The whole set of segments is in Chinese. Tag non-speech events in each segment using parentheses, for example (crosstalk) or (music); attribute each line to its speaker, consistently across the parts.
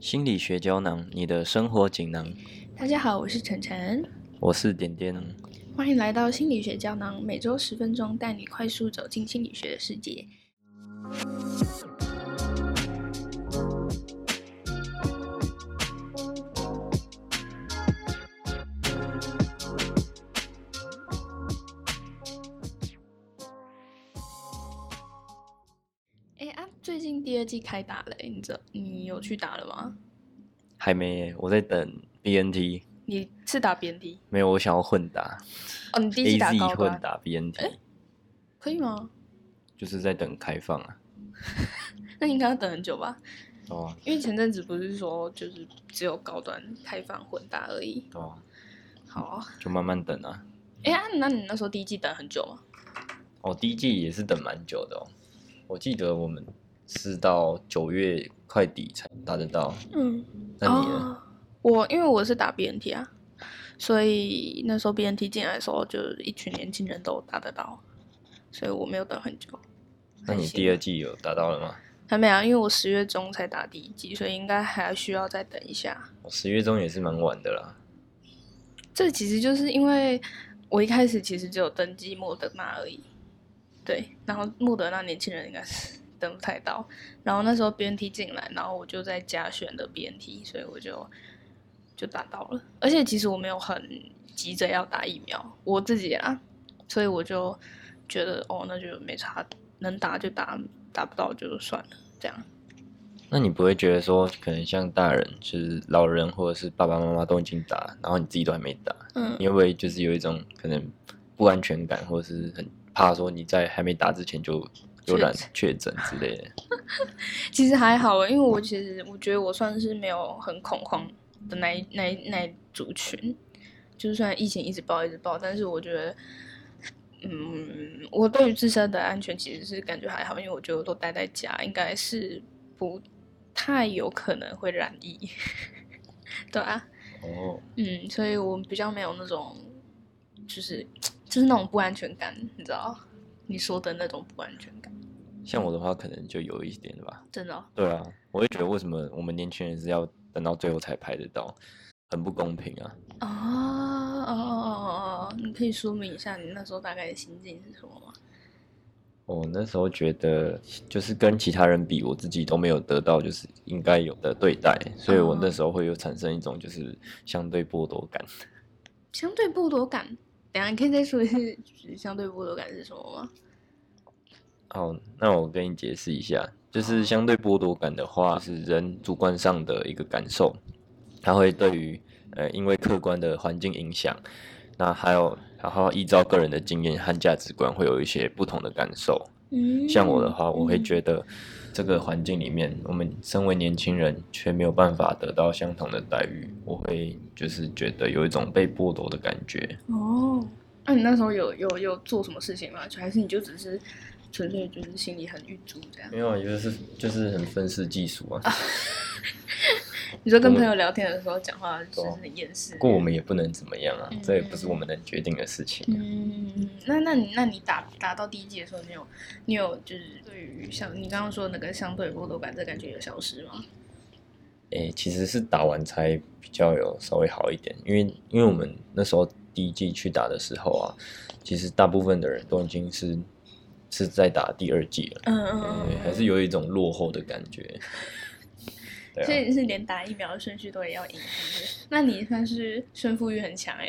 Speaker 1: 心理学胶囊，你的生活锦囊。
Speaker 2: 大家好，我是晨晨，
Speaker 1: 我是点点。
Speaker 2: 欢迎来到心理学胶囊，每周十分钟带你快速走进心理学的世界。哎啊，最近第二季开打了，你知道你有去打了吗？
Speaker 1: 还没耶，我在等 BNT，
Speaker 2: 你是打 BNT
Speaker 1: 没有，我想要混打
Speaker 2: 哦？你第一季打高
Speaker 1: ，AZ
Speaker 2: 端
Speaker 1: 混打 BNT，
Speaker 2: 可以吗？
Speaker 1: 就是在等开放啊。
Speaker 2: 那应该要等很久吧？
Speaker 1: 哦啊，
Speaker 2: 因为前阵子不是说就是只有高端开放混搭而已。
Speaker 1: 对啊，
Speaker 2: 好啊，
Speaker 1: 就慢慢等啊。
Speaker 2: 哎、啊，那你那时候第一季等很久吗？
Speaker 1: 哦，第一季也是等蛮久的哦，我记得我们是到九月快底才打得到。
Speaker 2: 嗯，
Speaker 1: 那你呢？
Speaker 2: 哦、我因为我是打 BNT 啊，所以那时候 BNT 进来的时候，就是一群年轻人都打得到，所以我没有等很久。
Speaker 1: 那你
Speaker 2: 还行啊
Speaker 1: 第二季有打到了吗？
Speaker 2: 还没啊，因为我十月中才打第一季，所以应该还需要再等一下。
Speaker 1: 我哦十月中也是蛮晚的啦。
Speaker 2: 这其实就是因为我一开始其实只有登记莫德纳而已，对，然后莫德纳年轻人应该是 (laughs) 登不太到，然后那时候 BNT 进来，然后我就在家选的 BNT，所以我就就打到了，而且其实我没有很急着要打疫苗，我自己啊，所以我就觉得哦，那就没差，能打就打，打不到就算了，这样。
Speaker 1: 那你不会觉得说，可能像大人，就是老人或者是爸爸妈妈都已经打，然后你自己都还没打，
Speaker 2: 嗯
Speaker 1: 你会不会就是有一种可能不安全感，或者是很怕说你在还没打之前就有染确诊之类 (laughs) 的？
Speaker 2: 其实还好，欸因为我其实我觉得我算是没有很恐慌的那一那一那一族群，就算疫情一直爆一直爆，但是我觉得，嗯，我对于自身的安全其实是感觉还好，因为我觉得我都待在家，应该是不太有可能会染疫， (laughs) 对啊，
Speaker 1: 哦，
Speaker 2: 嗯，所以我比较没有那种，就是就是那种不安全感，你知道，你说的那种不安全感，
Speaker 1: 像我的话可能就有一点吧。
Speaker 2: 真的哦、
Speaker 1: 对啊，我会觉得为什么我们年轻人是要等到最后才拍得到，很不公平啊。
Speaker 2: 哦哦哦哦哦！你可以说明一下你那时候大概的心境是什么吗？
Speaker 1: 我那时候觉得，就是跟其他人比，我自己都没有得到就是应该有的对待，所以我那时候会有产生一种就是相对剥夺感。
Speaker 2: 相对剥夺感，等一下你可以再说一次，就是相对剥夺感是什么吗？
Speaker 1: 好，那我跟你解释一下，就是相对剥夺感的话，是人主观上的一个感受，它会对于呃因为客观的环境影响，那还有然后依照个人的经验和价值观会有一些不同的感受。
Speaker 2: 嗯
Speaker 1: 像我的话，我会觉得这个环境里面，我们身为年轻人却没有办法得到相同的待遇，我会就是觉得有一种被剥夺的感觉。
Speaker 2: 得哦，那、你那时候有有有做什么事情吗？就还是你就只是纯粹就是心里很郁卒这样？
Speaker 1: 没有啊，就是就是很愤世嫉俗啊。
Speaker 2: 你说跟
Speaker 1: 我
Speaker 2: 朋友聊天的时候讲话就
Speaker 1: 对啊
Speaker 2: 是很厌世
Speaker 1: 不。过我们也不能怎么样啊，
Speaker 2: 嗯
Speaker 1: 这也不是我们能决定的事情。
Speaker 2: 嗯，那那你那你打打到第一季的时候，你有你有就是对于像你刚刚说的那个相对剥夺感，这感觉有消失吗？
Speaker 1: 诶、其实是打完才比较有稍微好一点，因为因为我们那时候第一季去打的时候啊，其实大部分的人都已经是是在打第二季了，
Speaker 2: 嗯嗯嗯
Speaker 1: 对，还是有一种落后的感
Speaker 2: (laughs)
Speaker 1: 觉。对啊
Speaker 2: 所以你是连打疫苗的顺序都也要赢，是不是那你算是胜负欲很强哎、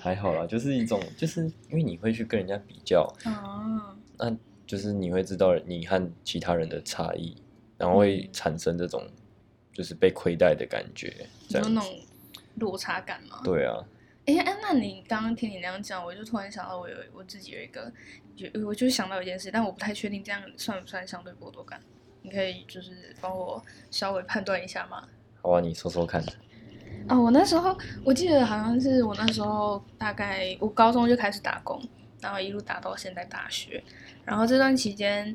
Speaker 1: 还好啦，就是一种，就是因为你会去跟人家比较，
Speaker 2: (laughs) 哦，
Speaker 1: 那就是你会知道你和其他人的差异，然后
Speaker 2: 嗯
Speaker 1: 会产生这种就是被亏待的感觉，这
Speaker 2: 有
Speaker 1: 样
Speaker 2: 那
Speaker 1: 子。
Speaker 2: 种落差感吗？
Speaker 1: 对啊，
Speaker 2: 哎、哎，那你刚刚听你那样讲，我就突然想到，我有我自己有一个，有我就想到一件事，但我不太确定这样算不算相对剥夺感。你可以就是帮我稍微判断一下吗？
Speaker 1: 好啊，你说说看。
Speaker 2: 啊、我那时候我记得好像是我那时候大概我高中就开始打工，然后一路打到现在大学。然后这段期间，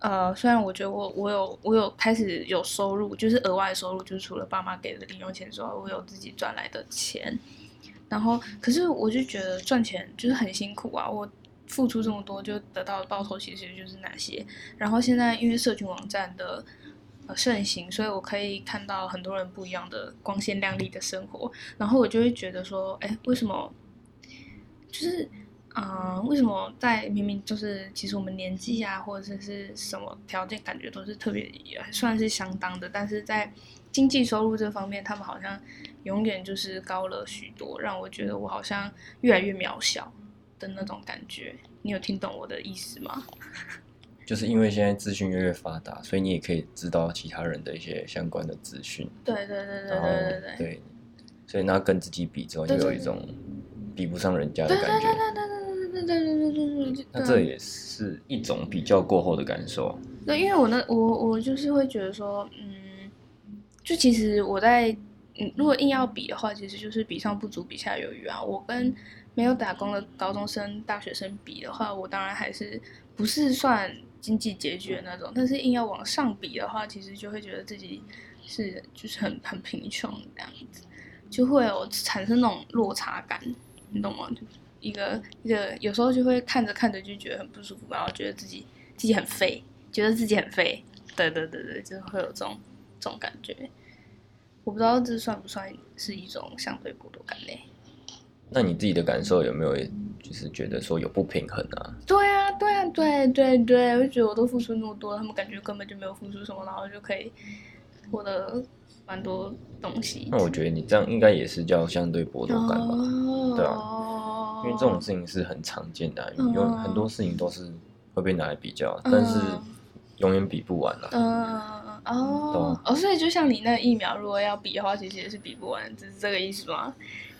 Speaker 2: 呃，虽然我觉得我我有我有开始有收入，就是额外收入，就是除了爸妈给的零用钱之外，我有自己赚来的钱。然后，可是我就觉得赚钱就是很辛苦啊，我付出这么多，就得到的报酬其实就是那些。然后现在因为社群网站的呃盛行，所以我可以看到很多人不一样的光鲜亮丽的生活，然后我就会觉得说，哎，为什么？就是，嗯、为什么在明明就是其实我们年纪啊，或者是什么条件，感觉都是特别也算是相当的，但是在经济收入这方面，他们好像永远就是高了许多，让我觉得我好像越来越渺小的那种感觉。你有听懂我的意思吗？
Speaker 1: 就是因为现在资讯越来越发达，所以你也可以知道其他人的一些相关的资讯，
Speaker 2: 对对对对
Speaker 1: 然后
Speaker 2: 对对对。
Speaker 1: 对，所以那跟自己比之后，就
Speaker 2: 对对
Speaker 1: 有一种比不上人家的
Speaker 2: 对对
Speaker 1: 感
Speaker 2: 对
Speaker 1: 觉。
Speaker 2: 对对对对对对对对。
Speaker 1: 那这也是一种比较过后的感受，
Speaker 2: 对，因为我那我我就是会觉得说，嗯，就其实我在，嗯，如果硬要比的话，其实就是比上不足，比下有余啊。我跟没有打工的高中生、大学生比的话，我当然还是不是算经济拮据的那种，但是硬要往上比的话，其实就会觉得自己是就是很很贫穷这样子，就会有产生那种落差感，你懂吗？就一个一个有时候就会看着看着就觉得很不舒服，然后觉得自己自己很废。觉得自己很废。对对对对，就是会有这种这种感觉。我不知道这算不算是一种相对剥夺感嘞？
Speaker 1: 那你自己的感受有没有？就是觉得说有不平衡啊，
Speaker 2: 对啊，对啊，对对对，我就觉得我都付出那么多，他们感觉根本就没有付出什么，然后就可以获得蛮多东西。
Speaker 1: 那我觉得你这样应该也是叫相对剥夺感吧，
Speaker 2: 哦
Speaker 1: 对啊因为这种事情是很常见的啊、有有
Speaker 2: 嗯
Speaker 1: 很多事情都是会被拿来比较，啊
Speaker 2: 嗯
Speaker 1: 但是永远比不完啦、啊
Speaker 2: 嗯
Speaker 1: 懂
Speaker 2: 哦
Speaker 1: 吗
Speaker 2: 哦，所以就像你那疫苗，如果要比的话，其实也是比不完，只是这个意思吗？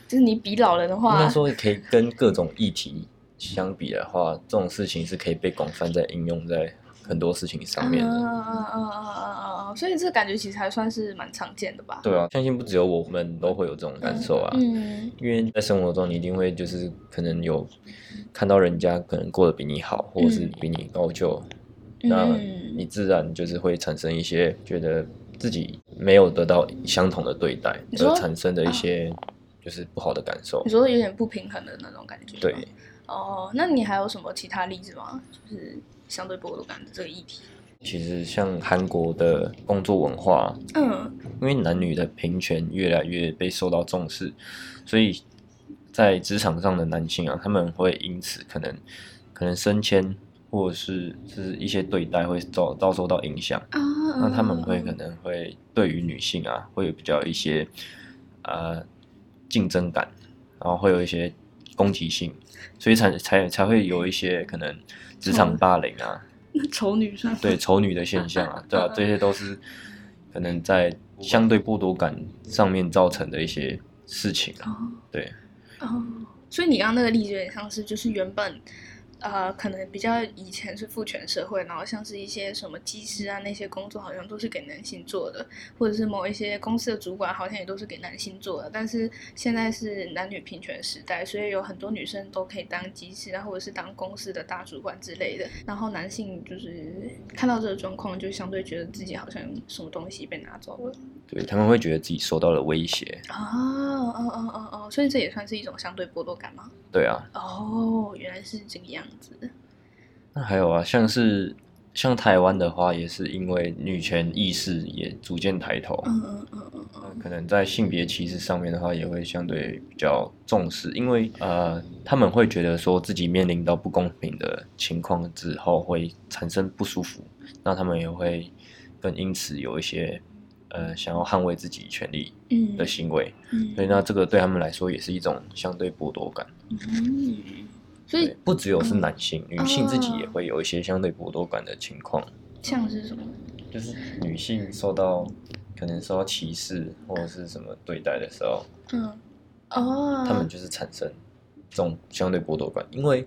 Speaker 2: 就是你比老人的
Speaker 1: 应
Speaker 2: 话
Speaker 1: 该，说可以跟各种议题相比的话，这种事情是可以被广泛在应用在很多事情上面的。
Speaker 2: 嗯嗯嗯嗯嗯嗯嗯，所以这感觉其实还算是蛮常见的吧？
Speaker 1: 对啊，相信不只有我们都会有这种感受啊。
Speaker 2: 嗯
Speaker 1: 因为在生活中，你一定会就是可能有看到人家可能过得比你好，或者是比你高就，那
Speaker 2: 嗯，
Speaker 1: 你自然就是会产生一些觉得自己没有得到相同的对待，
Speaker 2: 你说啊
Speaker 1: 而产生的一些就是不好的感受
Speaker 2: 你。说有点不平衡的那种感觉。
Speaker 1: 对，
Speaker 2: 哦，那你还有什么其他例子吗？就是相对剥夺感的这个议题。
Speaker 1: 其实像韩国的工作文化，
Speaker 2: 嗯
Speaker 1: 因为男女的平权越来越被受到重视，所以在职场上的男性啊，他们会因此可能可能升迁，或者是就是一些对待会遭遭受到影响。
Speaker 2: 啊，
Speaker 1: 那他们会可能会对于女性啊，会有比较一些呃竞争感，然后会有一些攻击性，所以才才才会有一些可能职场霸凌啊，
Speaker 2: 能丑女算
Speaker 1: 对丑女的现象啊，对啊，这些都是可能在相对剥夺感上面造成的一些事情啊。
Speaker 2: 哦
Speaker 1: 对，
Speaker 2: 哦，所以你刚刚那个例子有点像是，就是原本，呃，可能比较以前是父权社会，然后像是一些什么技师啊那些工作，好像都是给男性做的，或者是某一些公司的主管，好像也都是给男性做的。但是现在是男女平权时代，所以有很多女生都可以当技师啊，或者是当公司的大主管之类的。然后男性就是看到这个状况，就相对觉得自己好像什么东西被拿走了。
Speaker 1: 对他们会觉得自己受到了威胁。
Speaker 2: 哦哦哦哦哦，所以这也算是一种相对剥夺感吗？
Speaker 1: 对啊，
Speaker 2: 哦，原来是这个样子。
Speaker 1: 那还有啊，像是。像台湾的话，也是因为女权意识也逐渐抬头，
Speaker 2: 嗯嗯嗯嗯
Speaker 1: 呃
Speaker 2: 嗯。
Speaker 1: 可能在性别歧视上面的话，也会相对比较重视，因为呃，他们会觉得说自己面临到不公平的情况之后，会产生不舒服，那他们也会更因此有一些呃想要捍卫自己权利
Speaker 2: 嗯
Speaker 1: 的行为，
Speaker 2: 嗯
Speaker 1: 所以那这个对他们来说也是一种相对剥夺感。
Speaker 2: 嗯，所
Speaker 1: 对
Speaker 2: 以，
Speaker 1: 不只有是男性，女性自己也
Speaker 2: 哦
Speaker 1: 会有一些相对剥夺感的情况。
Speaker 2: 像是什么？
Speaker 1: 就是女性受到可能受到歧视或者是什么对待的时候，
Speaker 2: 嗯，哦，
Speaker 1: 她们就是产生这种相对剥夺感，因为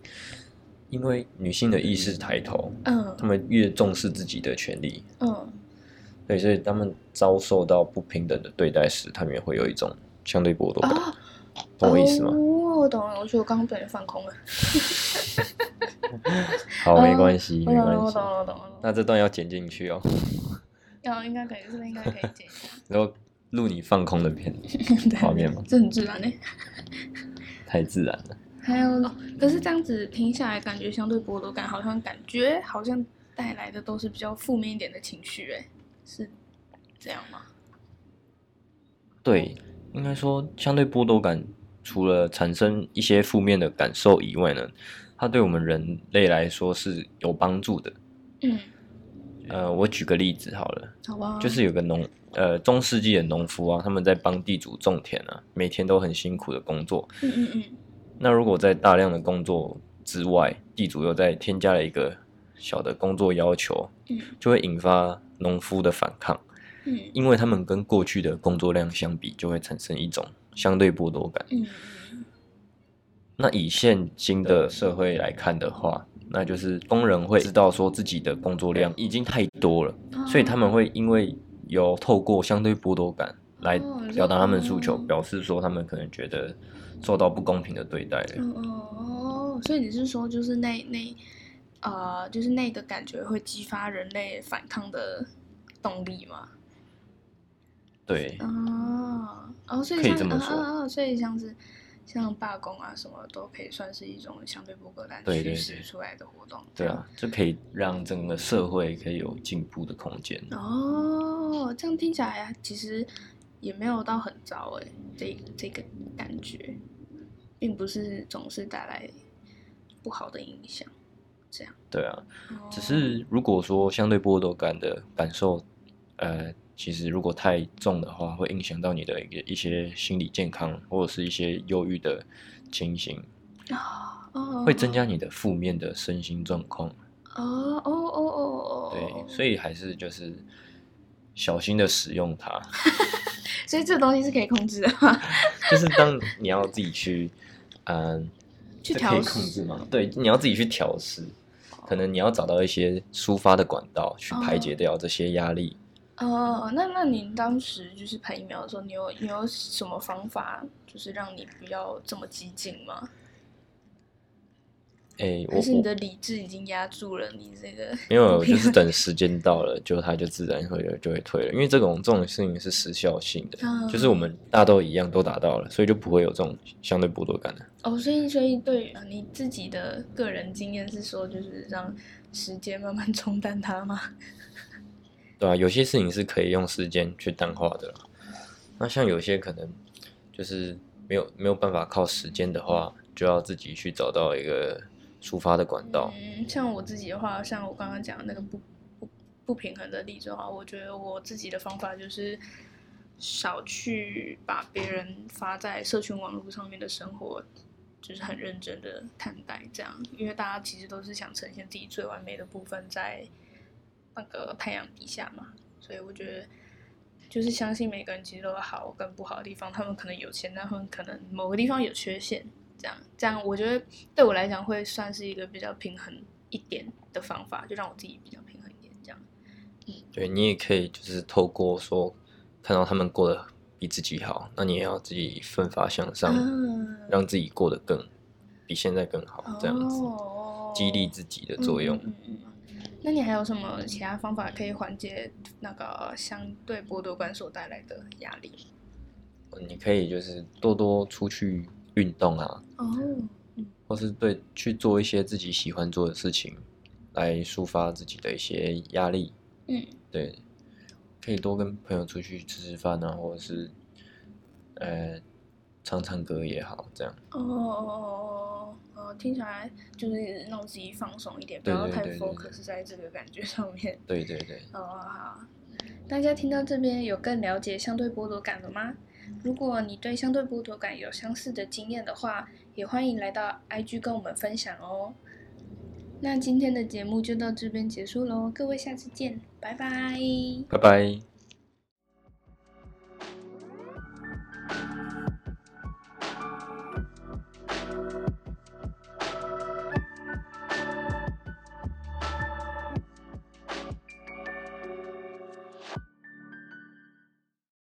Speaker 1: 因为女性的意识抬头，
Speaker 2: 嗯
Speaker 1: 她们越重视自己的权利，
Speaker 2: 嗯
Speaker 1: 对，所以她们遭受到不平等的对待时，她们也会有一种相对剥夺感，
Speaker 2: 啊，
Speaker 1: 懂我意思吗？
Speaker 2: 哦，我懂了，我觉得我刚刚被人放空了。
Speaker 1: 好，没关系，
Speaker 2: 哦我
Speaker 1: 没
Speaker 2: 懂了，
Speaker 1: 关
Speaker 2: 我
Speaker 1: 系
Speaker 2: 懂。了，我懂了。
Speaker 1: 那这段要剪进去哦，
Speaker 2: 要应该可以，这个应该可以解
Speaker 1: (laughs)
Speaker 2: 一下。
Speaker 1: 然后录你放空的片，
Speaker 2: 对
Speaker 1: 画
Speaker 2: (laughs)
Speaker 1: 面吗
Speaker 2: 这很自然嘞。
Speaker 1: 太自然了。
Speaker 2: 还有，可是这样子听下来，感觉相对剥夺感好像感觉好像带来的都是比较负面一点的情绪，哎，是这样吗？
Speaker 1: 对，应该说相对剥夺感，除了产生一些负面的感受以外呢，它对我们人类来说是有帮助的。
Speaker 2: 嗯，
Speaker 1: 呃，我举个例子好了，
Speaker 2: 好啊吧，
Speaker 1: 就是有个农，呃，中世纪的农夫啊，他们在帮地主种田啊，每天都很辛苦的工作。
Speaker 2: 嗯嗯嗯，
Speaker 1: 那如果在大量的工作之外，地主又再添加了一个小的工作要求，
Speaker 2: 嗯
Speaker 1: 就会引发农夫的反抗，
Speaker 2: 嗯
Speaker 1: 因为他们跟过去的工作量相比，就会产生一种相对剥夺感。
Speaker 2: 嗯
Speaker 1: 那以现今的社会来看的话，那就是工人会知道说自己的工作量已经太多了，
Speaker 2: 嗯，
Speaker 1: 所以他们会因为有透过相对剥夺感来
Speaker 2: 哦
Speaker 1: 表达他们诉求，
Speaker 2: 这样
Speaker 1: 表示说他们可能觉得受到不公平的对待了。
Speaker 2: 嗯嗯哦，所以你是说就是那那呃，就是那个感觉会激发人类反抗的动力吗？
Speaker 1: 对，
Speaker 2: 嗯啊，哦，所以
Speaker 1: 可以
Speaker 2: 像
Speaker 1: 这么说
Speaker 2: 啊啊啊，所以像是像罢工啊什么都可以算是一种相对不格兰
Speaker 1: 对
Speaker 2: 趋
Speaker 1: 对
Speaker 2: 势
Speaker 1: 对
Speaker 2: 出来的活动。
Speaker 1: 对啊，这可以让整个社会可以有进步的空间。
Speaker 2: 这样。哦，这样听起来其实也没有到很糟哎、这这个感觉，并不是总是带来不好的影响。
Speaker 1: 对啊，
Speaker 2: 哦
Speaker 1: 只是如果说相对剥夺感的感受，呃，其实如果太重的话，会影响到你的一个一些心理健康或者是一些忧郁的情形，
Speaker 2: 啊哦，
Speaker 1: 会增加你的负面的身心状况。
Speaker 2: 哦哦哦哦哦，
Speaker 1: 对，所以还是就是小心的使用它， (laughs)
Speaker 2: 所以这个东西是可以控制的 (laughs) 吗？
Speaker 1: 就是当你要自己去，嗯、
Speaker 2: 去
Speaker 1: 这
Speaker 2: 调
Speaker 1: 可以
Speaker 2: 试哦
Speaker 1: 控制吗？对，你要自己去调试。可能你要找到一些抒发的管道去排解掉这些压力。
Speaker 2: 哦，那那你当时就是排疫苗的时候，你有你有什么方法，就是让你不要这么激进吗？
Speaker 1: 哎、我
Speaker 2: 还是
Speaker 1: 我
Speaker 2: 你的理智已经压住了你这个？
Speaker 1: (laughs) 没有，
Speaker 2: (laughs)
Speaker 1: 就是等时间到了，就它就自然会就会退了，因为这种这种事情是时效性的，
Speaker 2: 嗯
Speaker 1: 就是我们大家都一样都达到了，所以就不会有这种相对剥夺感了。
Speaker 2: 哦，所以所以对于呃你自己的个人经验是说，就是让时间慢慢冲淡它吗？
Speaker 1: 对啊，有些事情是可以用时间去淡化的啦。那像有些可能就是没有没有办法靠时间的话，就要自己去找到一个抒发的管道。
Speaker 2: 嗯，像我自己的话，像我刚刚讲的那个不不不平衡的例子的话，我觉得我自己的方法就是少去把别人发在社群网络上面的生活，就是很认真的看待这样，因为大家其实都是想呈现自己最完美的部分在那个太阳底下嘛，所以我觉得。就是相信每个人其实都有好跟不好的地方，他们可能有钱，但他们可能某个地方有缺陷，这样这样，我觉得对我来讲会算是一个比较平衡一点的方法，就让我自己比较平衡一点这样。
Speaker 1: 对你也可以就是透过说看到他们过得比自己好，那你也要自己奋发向上，
Speaker 2: 嗯
Speaker 1: 让自己过得更比现在更好，这样子、
Speaker 2: 哦
Speaker 1: 激励自己的作用。
Speaker 2: 嗯嗯嗯嗯那你还有什么其他方法可以缓解那个相对剥夺感所带来的压力？
Speaker 1: 你可以就是多多出去运动啊，
Speaker 2: 哦，
Speaker 1: 或是对去做一些自己喜欢做的事情，来抒发自己的一些压力。
Speaker 2: 嗯，
Speaker 1: 对，可以多跟朋友出去吃吃饭啊，或者是呃唱唱歌也好，这样。
Speaker 2: 哦哦哦哦，听起来就是让自己放松一点，不
Speaker 1: 对
Speaker 2: 要
Speaker 1: 对
Speaker 2: 太
Speaker 1: 对对
Speaker 2: focus 在这个感觉上面。
Speaker 1: 对对对，
Speaker 2: 哦，好。大家听到这边有更了解相对剥夺感了吗？如果你对相对剥夺感有相似的经验的话，也欢迎来到 IG 跟我们分享哦。那今天的节目就到这边结束喽，各位下次见，拜拜。
Speaker 1: 拜拜。